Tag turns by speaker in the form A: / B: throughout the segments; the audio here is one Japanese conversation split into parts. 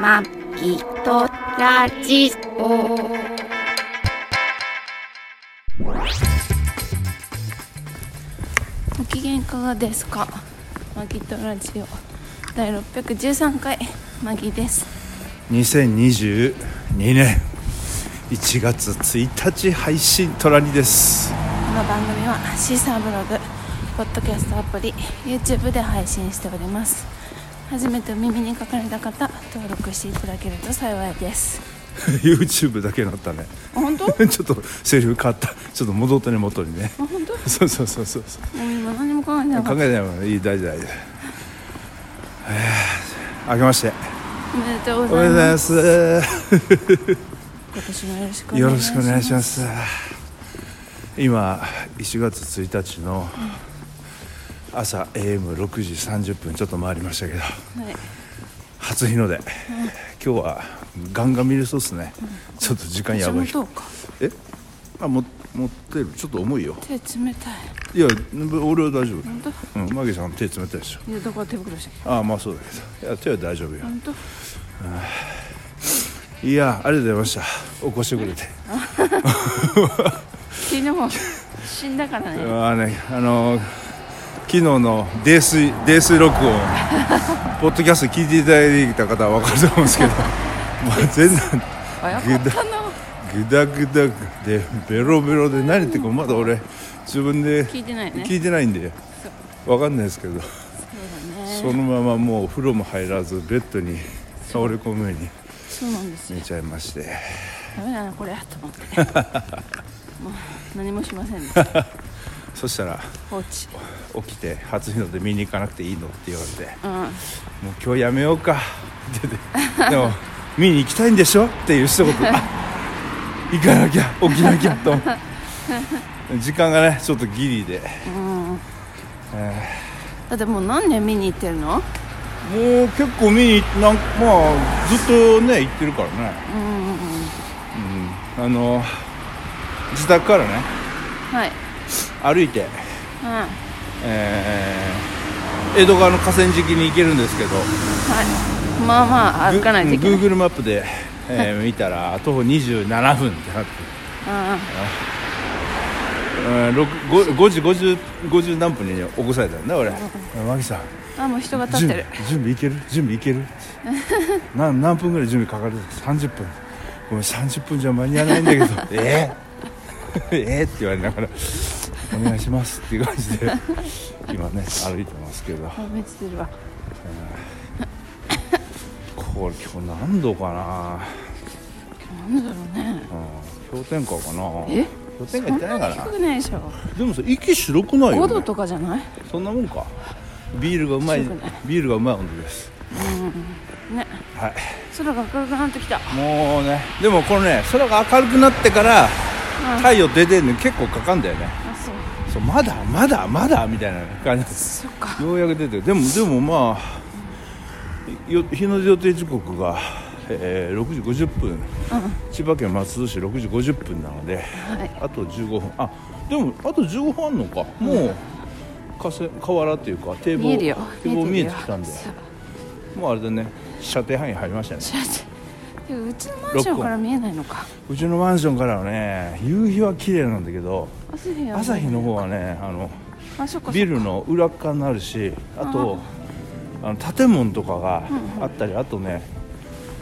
A: まきとラジオ。ご機嫌いかがですか。マギとラジオ第613回マギです。
B: 2022年1月1日配信トラニです
A: この番組はシーサーブログ、ポッドキャストアプリ、YouTube で配信しております。初めてお耳に書かれた方、登録していただけると幸いです。
B: YouTube だけなったね
A: あ本当？あ
B: ちょっとセリフ変わったちょっと戻ってね元にね
A: 本当？も
B: そうそうそうそうそう
A: う今何も考えてな
B: 考
A: かった。
B: えてないもんねいい大事大事えー明けまして
A: おめでとう
B: お
A: ご
B: め
A: ざ
B: で
A: い
B: とうござい
A: ま。
B: ますす
A: 今年もよろしくお
B: よ
A: 願
B: ろ
A: い
B: し
A: し
B: くお願いし
A: ま。
B: ますす今1月1日の朝 AM6 時30分ちょっと回りましたけど
A: はい。
B: 初日の出、今日はガンガン見れそうですね、ちょっと時間や
A: 手
B: ばい
A: 元か。
B: えあも持ってるちょっと重いよ
A: 手冷たい。
B: いや俺は大丈夫
A: 本当？
B: うんマギさん手冷たいでしょ
A: いやだから手袋して。
B: ああまあそうだけどいや手は大丈夫よ
A: 本当？
B: いやありがとうございました起こしてくれて
A: 昨日 も死んだからね。
B: ああねあのー昨日の泥酔泥酔録音ポッドキャスト聞いていただいた方は分かると思うんですけどもう全然
A: あやばかったな。
B: グダグダでベロベロで何言ってるかまだ俺自分で
A: 聞いてないね。
B: 聞いてないんでわかんないですけど
A: そうだね。
B: そのままもう風呂も入らずベッドに倒れ込むように
A: そうなんですよ
B: 寝。ちゃいまして
A: ダメだなこれと思って、ね。 もう何もしませんでした。
B: そしたら
A: 放置。
B: 起きて初日の出見に行かなくていいのって言われて
A: うん。
B: もう今日やめようかって言ってでも 見に行きたいんでしょっていう 一言あ行かなきゃ起きなきゃと思って時間がねちょっとギリで
A: だってもう何年見に行ってるの？
B: もう結構見になんまあずっとね行ってるからねうん、あの自宅からね
A: はい。
B: 歩いて、
A: うん。はい。
B: えー江戸川の河川敷に行けるんですけど
A: まあまあ歩かないといけない。うんうん。
B: グ Google マップで、えー見たら徒歩27分ってなって、うん、ろくご 5, 時50 50何分に起こされたんだ俺マギさん
A: あもう人が立っ
B: 準
A: て
B: 備
A: る。
B: 準備いける準備い けるな何分ぐらい準備かかる30分ごめん30分じゃ間に合わないんだけど え ー、えーって言われながら「お願いします」っていう感じで今ね歩いてますけど
A: あめっちゃ出るわ。
B: これ今日何度かな、
A: なんだろうね。
B: うん、氷点下かな
A: え？
B: 氷点下
A: そん
B: 行ってない
A: な
B: か
A: に低
B: な
A: くないでしょ。
B: でもさ息白くないよ、ね、
A: 5度とかじゃない？
B: そんなもんかビールがうまい
A: 白くない
B: ビールがうまい温度です
A: ね。
B: はい
A: 空が明るくなってきた。
B: もうねでもこのね空が明るくなってから
A: うん
B: 太陽出てるのに結構かかんだよね
A: あそう。
B: そうまだまだまだみたいな感じ
A: そっか。
B: ようやく出てるでもでもまあよ日の出予定時刻が、えー6時50分、千葉県松戸市6時50分なので、
A: はい
B: あと15分あでもあと15分あんのかもう、かせ河原っていうか堤防
A: 見えるよ。
B: 堤防見えてきたんで
A: そう
B: もうあれだね射程範囲入りましたね
A: ちょっとでもうちのマンションから見えないのか。
B: うちのマンションからはね夕日は綺麗なんだけど
A: 朝日は
B: 朝日の方はねあの
A: あそっか。
B: ビルの裏っ側になるしあとあの建物とかがあったり、あとね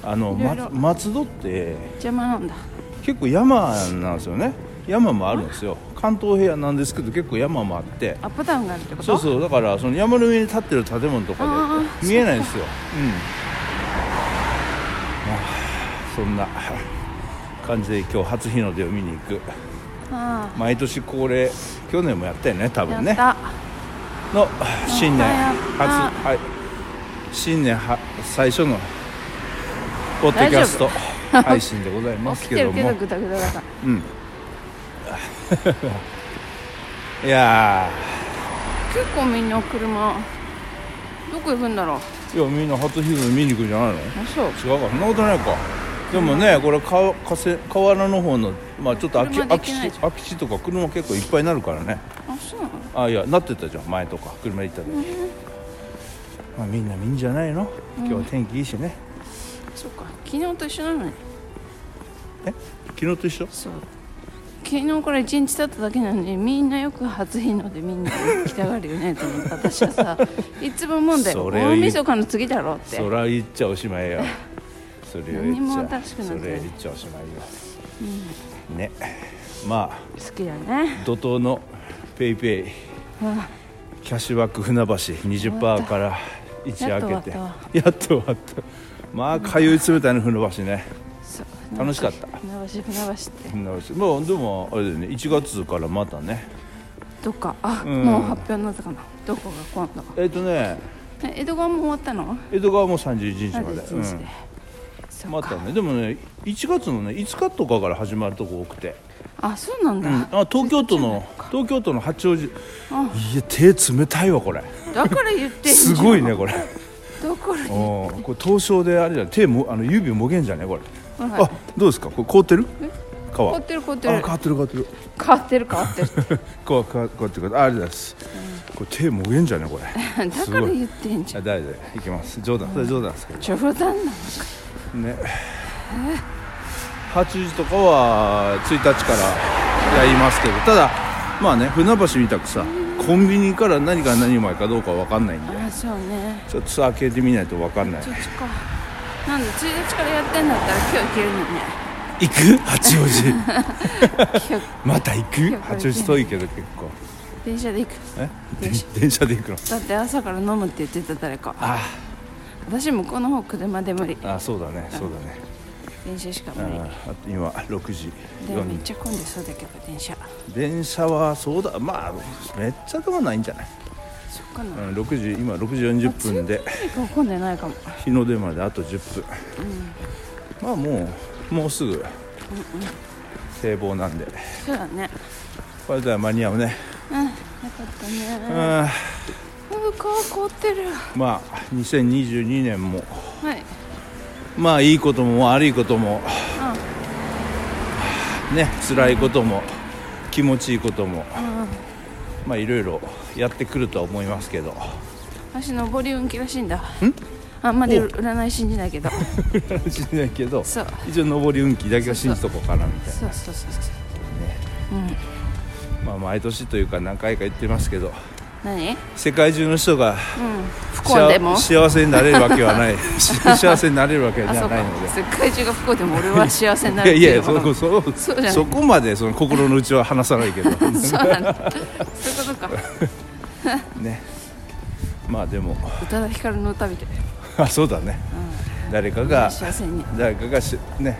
B: あの
A: いろいろ
B: ま松戸って
A: 邪魔なんだ。
B: 結構山なんですよね山もあるんですよ関東平野なんですけど結構山もあって
A: アップダウンがあるってこと？
B: そうそうだからその山の上に立ってる建物と
A: あ
B: か
A: ー
B: で見えないんですようんまあそんな感じで今日初日の出を見に行く
A: あ
B: 毎年恒例去年もやったよね多
A: あ。や
B: 分
A: っ
B: ね
A: た。
B: の新年
A: やっ
B: 初
A: たやった
B: はい新年は最初のポッドキャスト配信でございま
A: 起
B: す
A: き
B: け
A: て
B: ど
A: るけ
B: も
A: どグダグダだから。
B: うん、いや
A: 結構みんな車どこ行くんだろう。
B: ーいやみんな初日の出見に行くんじゃないの
A: あそう。
B: 違うかそんなことないかでもねこれ川河川河原の方のまあちょっと空き
A: 車で
B: 空
A: 行
B: き
A: けない
B: 地
A: じ
B: 空き地とか車結構いっぱいになるからね
A: あそうなの。
B: あいやなってたじゃん前とか車で行った時、まあみんな見んじゃないの今日は天気いいしね、
A: そっか昨日と一緒なのね
B: 昨日と一緒
A: そう昨日から一日経っただけなのにみんなよく初日の出みんな行きたがるよ ねと思って私はさいつも思うんだよ
B: それを言
A: 大
B: い
A: 晦日の次だろって
B: そら言っちゃおしまい よそれを
A: 何
B: 言っ
A: も
B: ちゃ
A: 新しくなって
B: そ
A: ない
B: れ言っちゃおしまいよ、ねまあ
A: 好きだね
B: 怒涛のペイペイ
A: わ
B: キャッシュバック船橋20%から一夜明けて
A: や
B: やっと終わったまあかゆい冷たいの船橋ね
A: そう
B: 楽しかった
A: 船橋船橋って
B: 船橋まあでもあれだよね1月からまたね
A: どっかあ、
B: うん
A: もう発表になったかなどこが今度
B: えっ、とね
A: え江戸川も終わったの
B: 江戸川も31日まで
A: 31日で、
B: う
A: そ
B: ん、
A: う
B: ま
A: か
B: たねでもね1月のね5日とかから始まるとこ多くて、
A: あそうなんだ、
B: うん、あ東京都の東京都の八王子いや手冷たいわこれ
A: だから言ってんじゃ
B: す
A: ん
B: ごいねこれ
A: だから言
B: おーこれ凍傷であれじゃん手もあの指もげんじゃねこれ
A: ほら
B: あどうですかこれ凍ってる皮
A: 凍ってる凍って
B: あ
A: る
B: 変わってる変わってる
A: 変わってる変わ ってる
B: こうこうこうやってこうあありがとうございます、これ手もげんじゃねこれ
A: だから言ってんじゃ
B: あ大丈夫いきます冗談それ冗談ですけど
A: ん冗談なの
B: ね8時とかは1日からやりますけどただまあね船橋みたくさコンビニから何が何枚かどうかわかんないんで
A: あそうね
B: ちょっと開けてみないとわかんない
A: そっちかなんで1日からやってんだったら今日行けるのね
B: 行く八王子
A: 今日
B: また行く
A: やこれ
B: 八王子遠いけど結構
A: 電車で行く
B: え
A: 電車
B: で電車で行くの
A: だって朝から飲むって言ってた誰か
B: あ
A: 私向こうの方車で無理
B: あそうだねそうだね
A: 電車しか
B: あ
A: 無理
B: ーあと今6時
A: でめっ
B: 4
A: ちゃ混んでそうだけど電車
B: 電車はそうだまあめっちゃではないんじゃない、
A: そっか
B: う、
A: なん
B: 6時今6時40分で
A: 何か混んでないかも
B: 日の出まであと10分、まあもうもうすぐ堤防なんで
A: そうだね
B: これでは間に合うね、
A: うんよかった
B: う
A: ね
B: ん、
A: うん顔凍ってる
B: まあ2022年も
A: はい
B: まあいいことも悪いことも、ね辛いことも気持ちいいことも、まあいろいろやってくるとは思いますけ ど
A: 私上り運気らしいんだあんまり
B: お
A: 占い信じないけど
B: 信じないけど
A: そう
B: 一応上り運気だけは信じとこうかなみたい
A: そうそうそうそう
B: なね、まあ毎年というか何回か言ってますけど
A: 何
B: 世界中の人が
A: 不幸でも
B: 幸幸せになれるわけはない し幸せになれるわけじ
A: あそ
B: ゃ
A: うか
B: ないので。
A: 世界中が不幸でも俺は幸せになるって
B: いやい
A: い
B: や
A: うこ
B: そ
A: と
B: こ
A: そ
B: そ
A: うじゃない
B: そこまでその心の内は話さないけ ど
A: そうなんだそういうことか
B: ねまあでも
A: 宇多田ヒカルの歌みたい
B: あそうだね、誰かが
A: 幸せに
B: 誰かがしね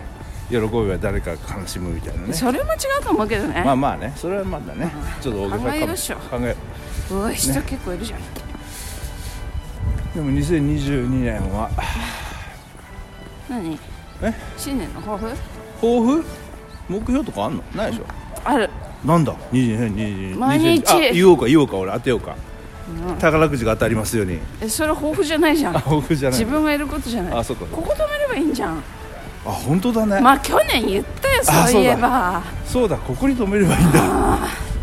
B: 喜びは誰かが悲しむみたいなね
A: それも違うと思うけどね、
B: まあまあねそれはまだねちょっと大げさかも
A: 考えるっしょ
B: 考える
A: うわ人結構いるじゃん、
B: でも2022年は
A: 何
B: え
A: 新年の抱負
B: 抱負目標とかあんのないでしょ、
A: ある
B: なんだ2022
A: 毎日
B: あ言おうか言おうか俺当てようか、
A: うん
B: 宝くじが当たりますように
A: えそれ抱負じゃないじゃん
B: 抱負じゃない
A: 自分がいることじゃない
B: あそうか
A: ここ止めればいいんじゃん
B: あ本当だね、
A: まあ去年言ったよ
B: あ
A: そういえば
B: そうだここに止めればいいんだ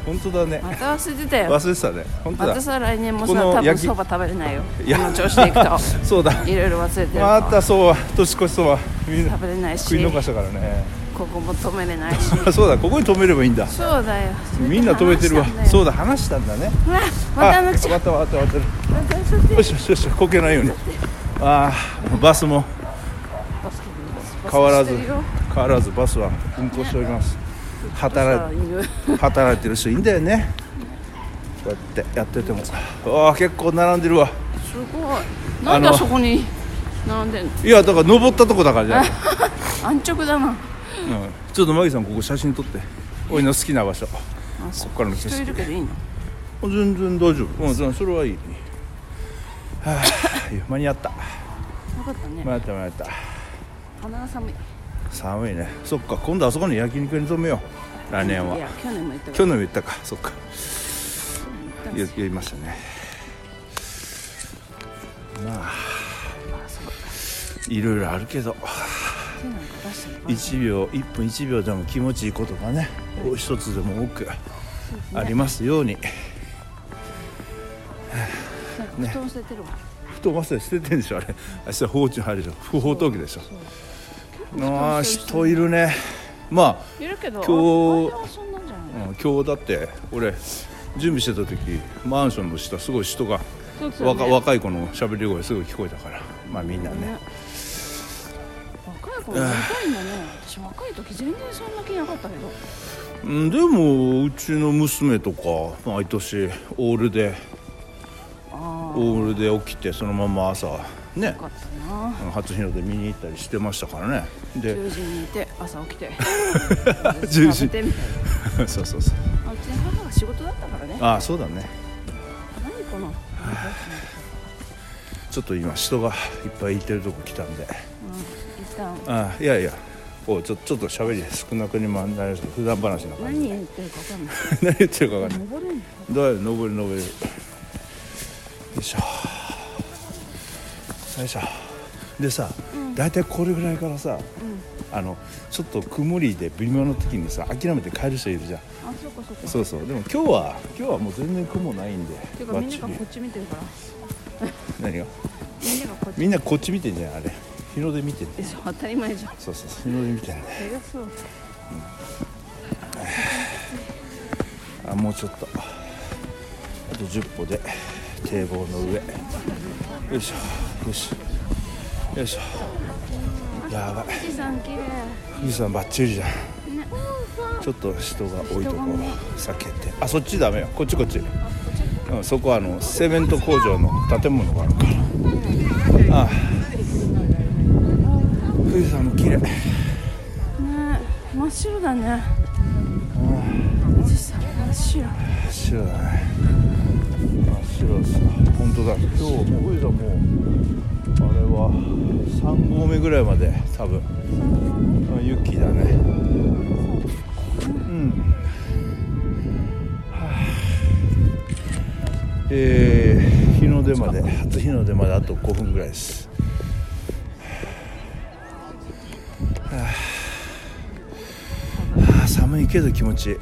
B: 本当だね
A: また忘れてたよ
B: 忘れてたね本当
A: ま
B: だ、
A: たさ来年もさ
B: この
A: 多分
B: 焼き
A: そば食べれないよ
B: いや
A: この調子でいくと
B: そうだ
A: いろいろ忘れてる
B: ま
A: か
B: たそうは年越しそうはみんな
A: 食べれない
B: 食い
A: し
B: 逃したからね
A: ここも止めれないし
B: あそうだここに止めればいいんだ
A: そうだよ
B: みんな止めてるわそううだ話したんだね
A: わまたなくちゃ
B: あわかったわかったわかっ
A: また忘れ
B: た
A: て
B: よしよしよしこけないようにああバスも変わらず
A: 忘れてるよ
B: 変わらずバスは運行しております働い
A: そう
B: 働いてる人いいんだよねこうやってやっててもああ結構並んでるわ
A: すごいなんであそこに並んでんの
B: いやだから登ったとこだからじゃない、
A: 安直だな
B: うん、ちょっとマギさんここ写真撮って俺の好きな場所こ
A: あそう
B: こからの景
A: 人い
B: 色
A: るけどいいの
B: 全然大丈夫うんそれはいいはあいや間に合った
A: よかったね
B: 間に合った間に合った
A: 鼻が寒い
B: 寒いねそっか今度あそこに焼肉に止めよう来年はい
A: や去年も言ったけど
B: 去年も言ったかそっか言言いましたねまあいろいろあるけど
A: 手なんか出してるから
B: 1秒1分1秒でも気持ちいいことがねお一つでも多くありますように
A: なんか布団捨ててるわ
B: ふとまさに捨ててんでしょあれ明日放置入るでしょ不法投棄でしょああ人いるねまあ
A: いるけど
B: 今日
A: ああれはそんなんじゃない
B: うん今日だって俺準備してた時マンションの下すごい人が、
A: そうですよね
B: 若若い子の喋り声すごい聞こえたからまあみんなね
A: 若い頃若いんだね私若い時全然そんな気なかったけど
B: うんでもうちの娘とか毎年オールで
A: あ
B: オールで起きてそのまま朝ね
A: あよかったな
B: 初日の出見に行ったりしてましたからねで
A: 10時にいて朝起き て
B: 10時
A: 食べてみたい
B: そうそうそう
A: なあうちの母が仕事だったからね
B: ああそうだね
A: 何この
B: ちょっと今人がいっぱいいてるとこ来たんで
A: 一旦
B: ああいやいやこうちょちょっと喋り少なくにもなりますけど普段話な感じ
A: 何言ってるか分かんない
B: 何言ってるか分かんない
A: 登れんの
B: どうやる登る登るよいしょよいしょでさ大体、これぐらいからさ、あのちょっと曇りで微妙な時にさ諦めて帰る人いるじゃん
A: あそっかそっか
B: そうそうでも今日は今日はもう全然雲ないんで
A: てかみんなが
B: バッチ
A: こっち見てるから
B: リ何が
A: みんながこっち
B: みんなこっち見てんじゃんあれ日の出見てんだよ
A: えそう当たり前じゃん
B: そうそうそう日の出見てんだよ
A: そりゃそう
B: あもうちょっとあと10歩で堤防の上よいしょよいしょよいしょやばい
A: 富士山綺麗
B: 富士山バッチリじゃん
A: ね
B: ちょっと人が多い
A: 人
B: とこ
A: が
B: を
A: 多い
B: 避けてあそっちダメよこっちこっち、うん、そこはあのセメント工場の建物があるからああ富士山も綺麗
A: ね真っ白だね富士山真っ白
B: 知らない真っ白さ本当だ今日もう上田もうあれは3合目ぐらいまで多分あ雪だねうんはあえー日の出まで初日の出まであと5分ぐらいですあー寒いけど気持ちいい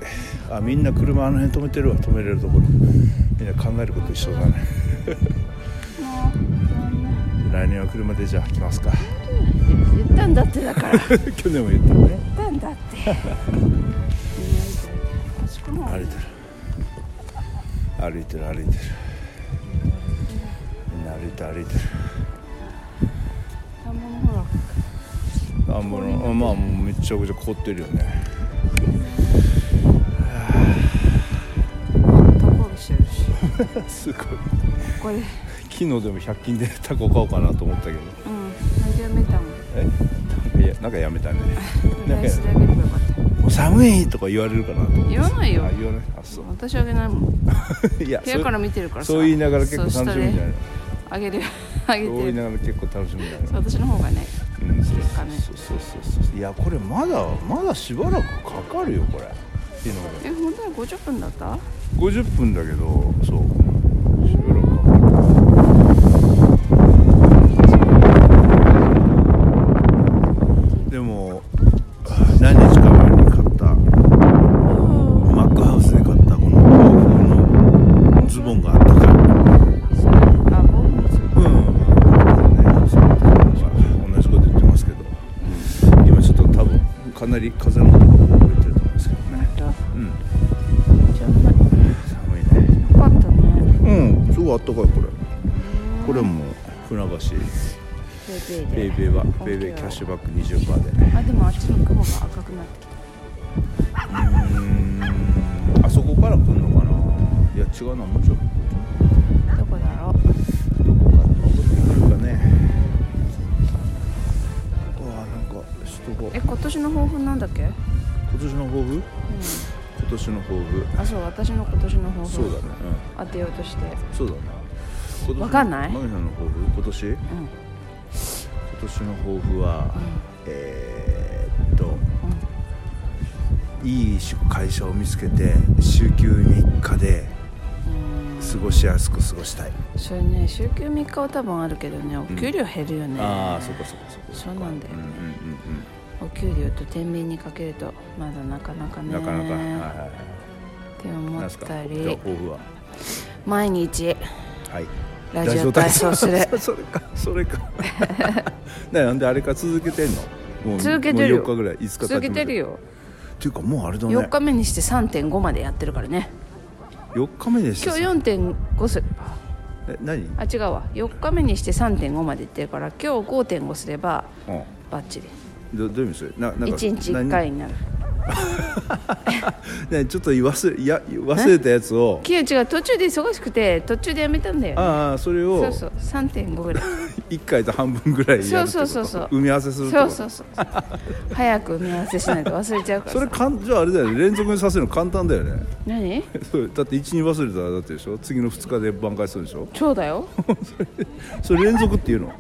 B: あみんな車あの辺止めてるわ止めれるところみんな考えること一緒だ ね
A: もう残念
B: 来年は車でじゃあ来ますか
A: 言ったんだってだから言っ
B: 去年も言ったよね
A: たんだってみんな痛いしかも
B: 歩いてる歩いてる歩いてるみんな歩いて歩いてる
A: 田んぼのほら
B: あもうあまあもうめっちゃくちゃ凍ってるよね
A: タコしてるし
B: すごい
A: ここで
B: 昨日でも100均でタコ買おうかなと思ったけ
A: う
B: ど
A: ん諦めたもん
B: えいやなんかやめたねなん
A: 来
B: か
A: 週であげればよかった
B: もう寒いとか言われるかなと思って
A: 言わないよ
B: あ言わないあそう
A: 私あげないもん部
B: いや
A: 屋から
B: そう
A: 見てるからさ
B: そう言いながら結構楽しみじゃな
A: そう
B: い
A: 下で あげるあげ
B: そう言
A: て
B: いな
A: る
B: がら結構楽しみじゃない
A: そう私の方がね
B: うんそう
A: かね
B: そうそうそうそういやこれまだまだしばらくかかるよこれっていうのが
A: え本当に50分だった
B: 50分だけどそうしばらくかかるでも何日か前に買ったマックハウスで買ったこの洋風のズボンがあったから
A: それあ5分ですよ
B: うん、同じこと言ってますけど、今ちょっと多分かなり風の音が覚えてると思うんですけどね、うん、
A: じゃあよ
B: 寒いね
A: かったね
B: うんすごいあったかいこれこれも船橋
A: ペイペイで
B: ベイベイはベイベイキャッシュバック20%でね
A: あでもあっちの雲が赤くなってき
B: うーんあそこから来るのかないや違うなもうちょっ
A: たどこだろう
B: とどこから登ってくるかねうわなんか人が
A: え今年の抱負なんだっけ、うん、
B: 今年の抱負今年の抱負
A: あそう私の今年の抱負
B: そうだね、
A: 当てようとして
B: うん、そうだね今年の
A: わかんない
B: マミさんの抱負今年今
A: うん
B: 年の抱負は、えーっと、いい会社を見つけて週休3日で過ごしやすく過ごしたい、
A: それね週休3日は多分あるけどねお給料減るよね、
B: ああそっかそっかそっかっか
A: そうなんだよ
B: うんうん
A: お給料と天秤にかけるとまだなかなか
B: うんう
A: ね
B: んなかなか、はいはいはい
A: って思
B: なん
A: っ
B: すか
A: た
B: じゃあ
A: り
B: 抱負は
A: 毎日
B: はい
A: ラジオ体操する
B: それかそ れかねなんであれから続けてんのもう
A: 続けてるよ
B: もう4日ぐらい5日経って
A: 続けてる
B: よ
A: よ
B: っていうかもうあれだね
A: 4日目にして3.5までやってるからね
B: 4日目でした
A: 今日4.5す
B: え何、うん、
A: あ違うわ4日目にして3.5までいってるから今日5.5すればバッチリ
B: どどういう意味それななんか
A: 1日1
B: 何
A: 回になる
B: ねちょっと言わせいや忘れたやつを
A: 違う違う途中で忙しくて途中でやめたんだよ
B: ああそれ
A: そ
B: を
A: うそう3.5ぐらい
B: 1回と半分ぐらいやるってこと
A: そうそうそうそう
B: 埋め合わせするってこ
A: そ
B: と
A: うそうそうそう早く見合わせしないと忘れちゃうから
B: それ
A: さ
B: かんじゃああれだよね連続にさせるの簡単だよね
A: 何
B: そうだって1に忘れたらだってでしょ次の2日で挽回するでしょ
A: そうだよ
B: それ連続っていうの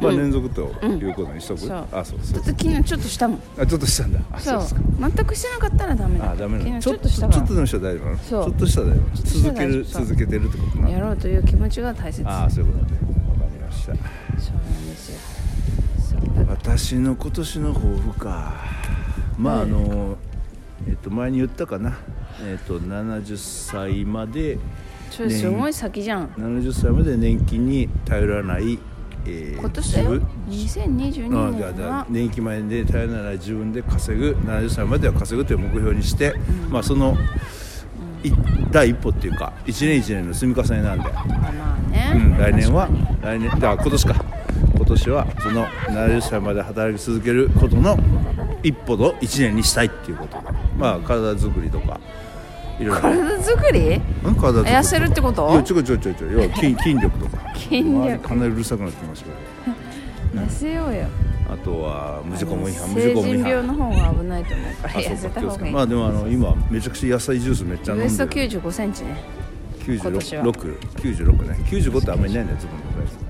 B: まあ連続ということにしとく、
A: そう
B: あそう
A: ち
B: そ
A: ょっ
B: う
A: と昨日ちょっとしたもん
B: あちょっとしたんだあ
A: そう
B: ですか
A: 全くしてなかったらダメだ
B: あダメなの
A: 昨日ちょっとしたか
B: ちょっと
A: ら
B: の人は大丈夫なのち
A: そう
B: ょっとしたら大丈夫
A: したら
B: 続ける
A: そう
B: 続けてるってことな
A: やろうという気持ちが大切そう
B: あ
A: な
B: あそういうことねわかりました
A: んですよそうだ
B: 私の今年の抱負かまああのえっと前に言ったかなえっと70歳まで
A: それすごい先じゃん
B: 70歳まで年金に頼らない、えー
A: 今年だ
B: 自
A: よ
B: 分
A: 2022
B: うんだ
A: 年
B: だ
A: は
B: 年金前で頼らない自分で稼ぐ70歳までは稼ぐという目標にして、まあその、い第一歩っていうか一年一年の積み重ねなんで、
A: まあ
B: う
A: ね
B: ん、来年は
A: 確かに
B: 来年だ今年か今年はその70歳まで働き続けることの一歩の一年にしたいっていうことまあ体作りとかいろいろ
A: 体作り
B: うん体作り
A: 痩せるってこ
B: いや
A: と
B: ちょこちょこちょこちょこ要は筋筋力とか
A: 筋力
B: 周りかなりうるさくなってきましたけど
A: 痩せようよ
B: あとは無事故無違反無事
A: 成
B: 故無違
A: 人
B: 反
A: 病の方が危ないと思うから
B: あそう
A: 痩せ
B: か
A: た
B: 気を
A: 方
B: つ
A: が
B: け
A: いい
B: まあでもあの今めちゃくちゃ野菜ジュースめっちゃ
A: ウ
B: 飲んで
A: エ
B: る
A: スト9 5ンチね今年は
B: 9696ね95ってあんまりいないんだよ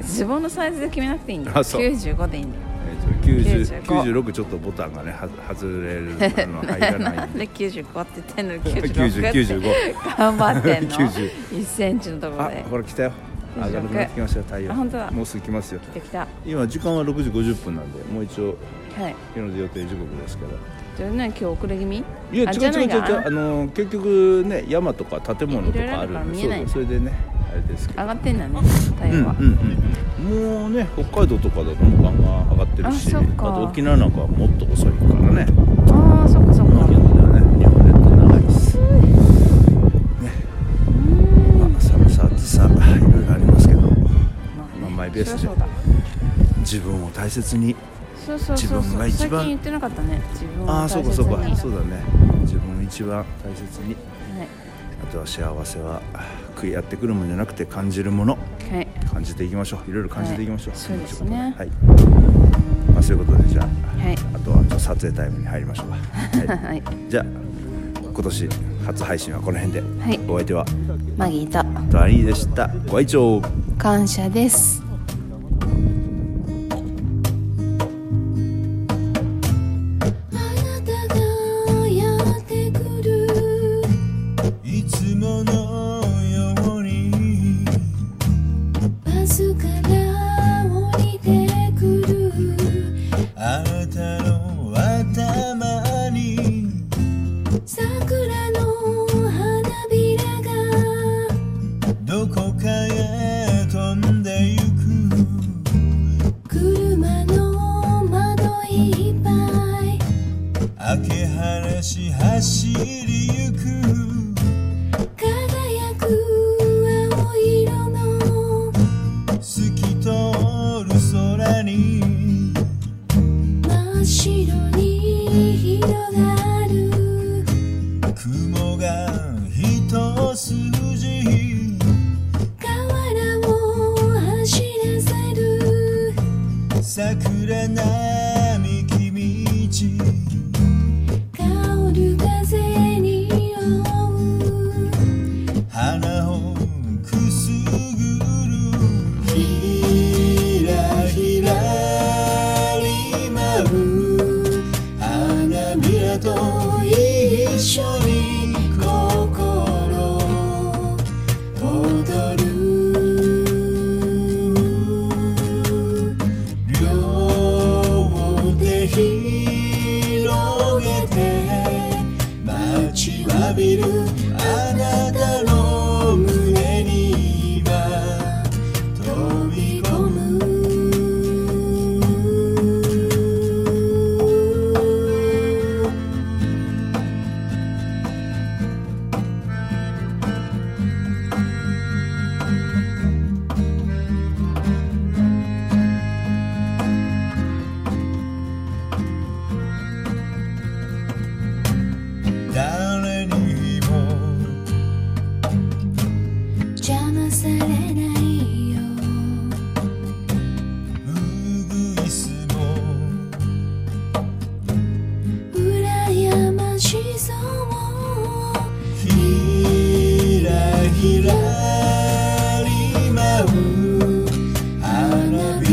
B: ズボンのサイ
A: ズボンのサイ
B: ズ
A: ズで決めなくていいんだよ
B: あそう
A: 95でいいんだよ
B: えーと
A: 95
B: 90 96ちょっとボタンがねは外れるあの入らな
A: ないんで95って言ってんのに96って
B: 9095
A: 頑張ってんの
B: 90
A: 1センチのところ
B: あ
A: で
B: ほら来たよ
A: 96
B: 上がるくなってきましたよ太陽
A: あ本当だ
B: もうすぐ来ますよ
A: できたは
B: 今時間は6時50分なんでもう一応
A: い
B: 今の予定時刻ですけど
A: じゃあね今日遅れ気味
B: いや
A: あ
B: 違う
A: じゃ
B: 違う違う
A: な
B: 違
A: か
B: うあの結局ね山とか建物とかあ
A: いろいろあるから
B: るんで
A: 見え
B: そう
A: ない
B: そうそれでねあれですけど
A: 上がってんだね太
B: うん
A: 陽
B: う
A: は、
B: んうんうんもうね北海道とかだともうガンガン上がってるし
A: あそっか
B: と沖縄なんかはもっと遅いからね
A: ああそっかそっ
B: 沖
A: か
B: 縄ではね日本列島長いですねまあ寒さ暑さいろいろありますけどまあマイベース
A: そ
B: で
A: りゃそうだ
B: 自分を大切に
A: そうそうそう
B: 自分
A: そ
B: が
A: う
B: 一
A: 最
B: 番
A: 近言ってなかったね自分を
B: あ
A: 大
B: あーそ
A: 切
B: う
A: に
B: かそうかそうだね自分を一番大切にあとは幸せは食いやってくるものじゃなくて感じるもの
A: はい、はい
B: 感じていきましょういろいろ感じていきましょう、
A: はいそうですね
B: はい、まあ、そういうことでじゃあ、
A: はい
B: あとはちょっと撮影タイムに入りましょうか、は
A: はい、
B: い、じゃあ今年初配信はこの辺で、
A: い
B: お相手は
A: マギーと
B: ドアニーでしたご愛聴
A: 感謝です
C: あなたがやってくる
D: いつものように
C: バスから降りてくる
D: あなたの頭に
C: 桜の花びらが
D: どこかへ飛んでゆく
C: 車の窓いっぱい
D: 明け晴れし走りゆく
C: 輝く青色の
D: 透き通る空に
C: 真っ白に広がる
D: 雲が一筋
C: 河原を走らせる
D: 桜並木道
C: 香る風に追う
D: 花をくすぐるひらひらり舞う花びらと一緒に心踊る両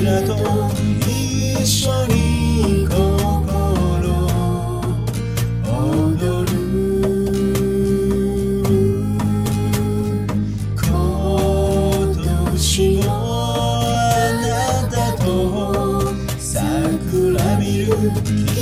D: らと一緒に心踊る今年のあなたと桜見る君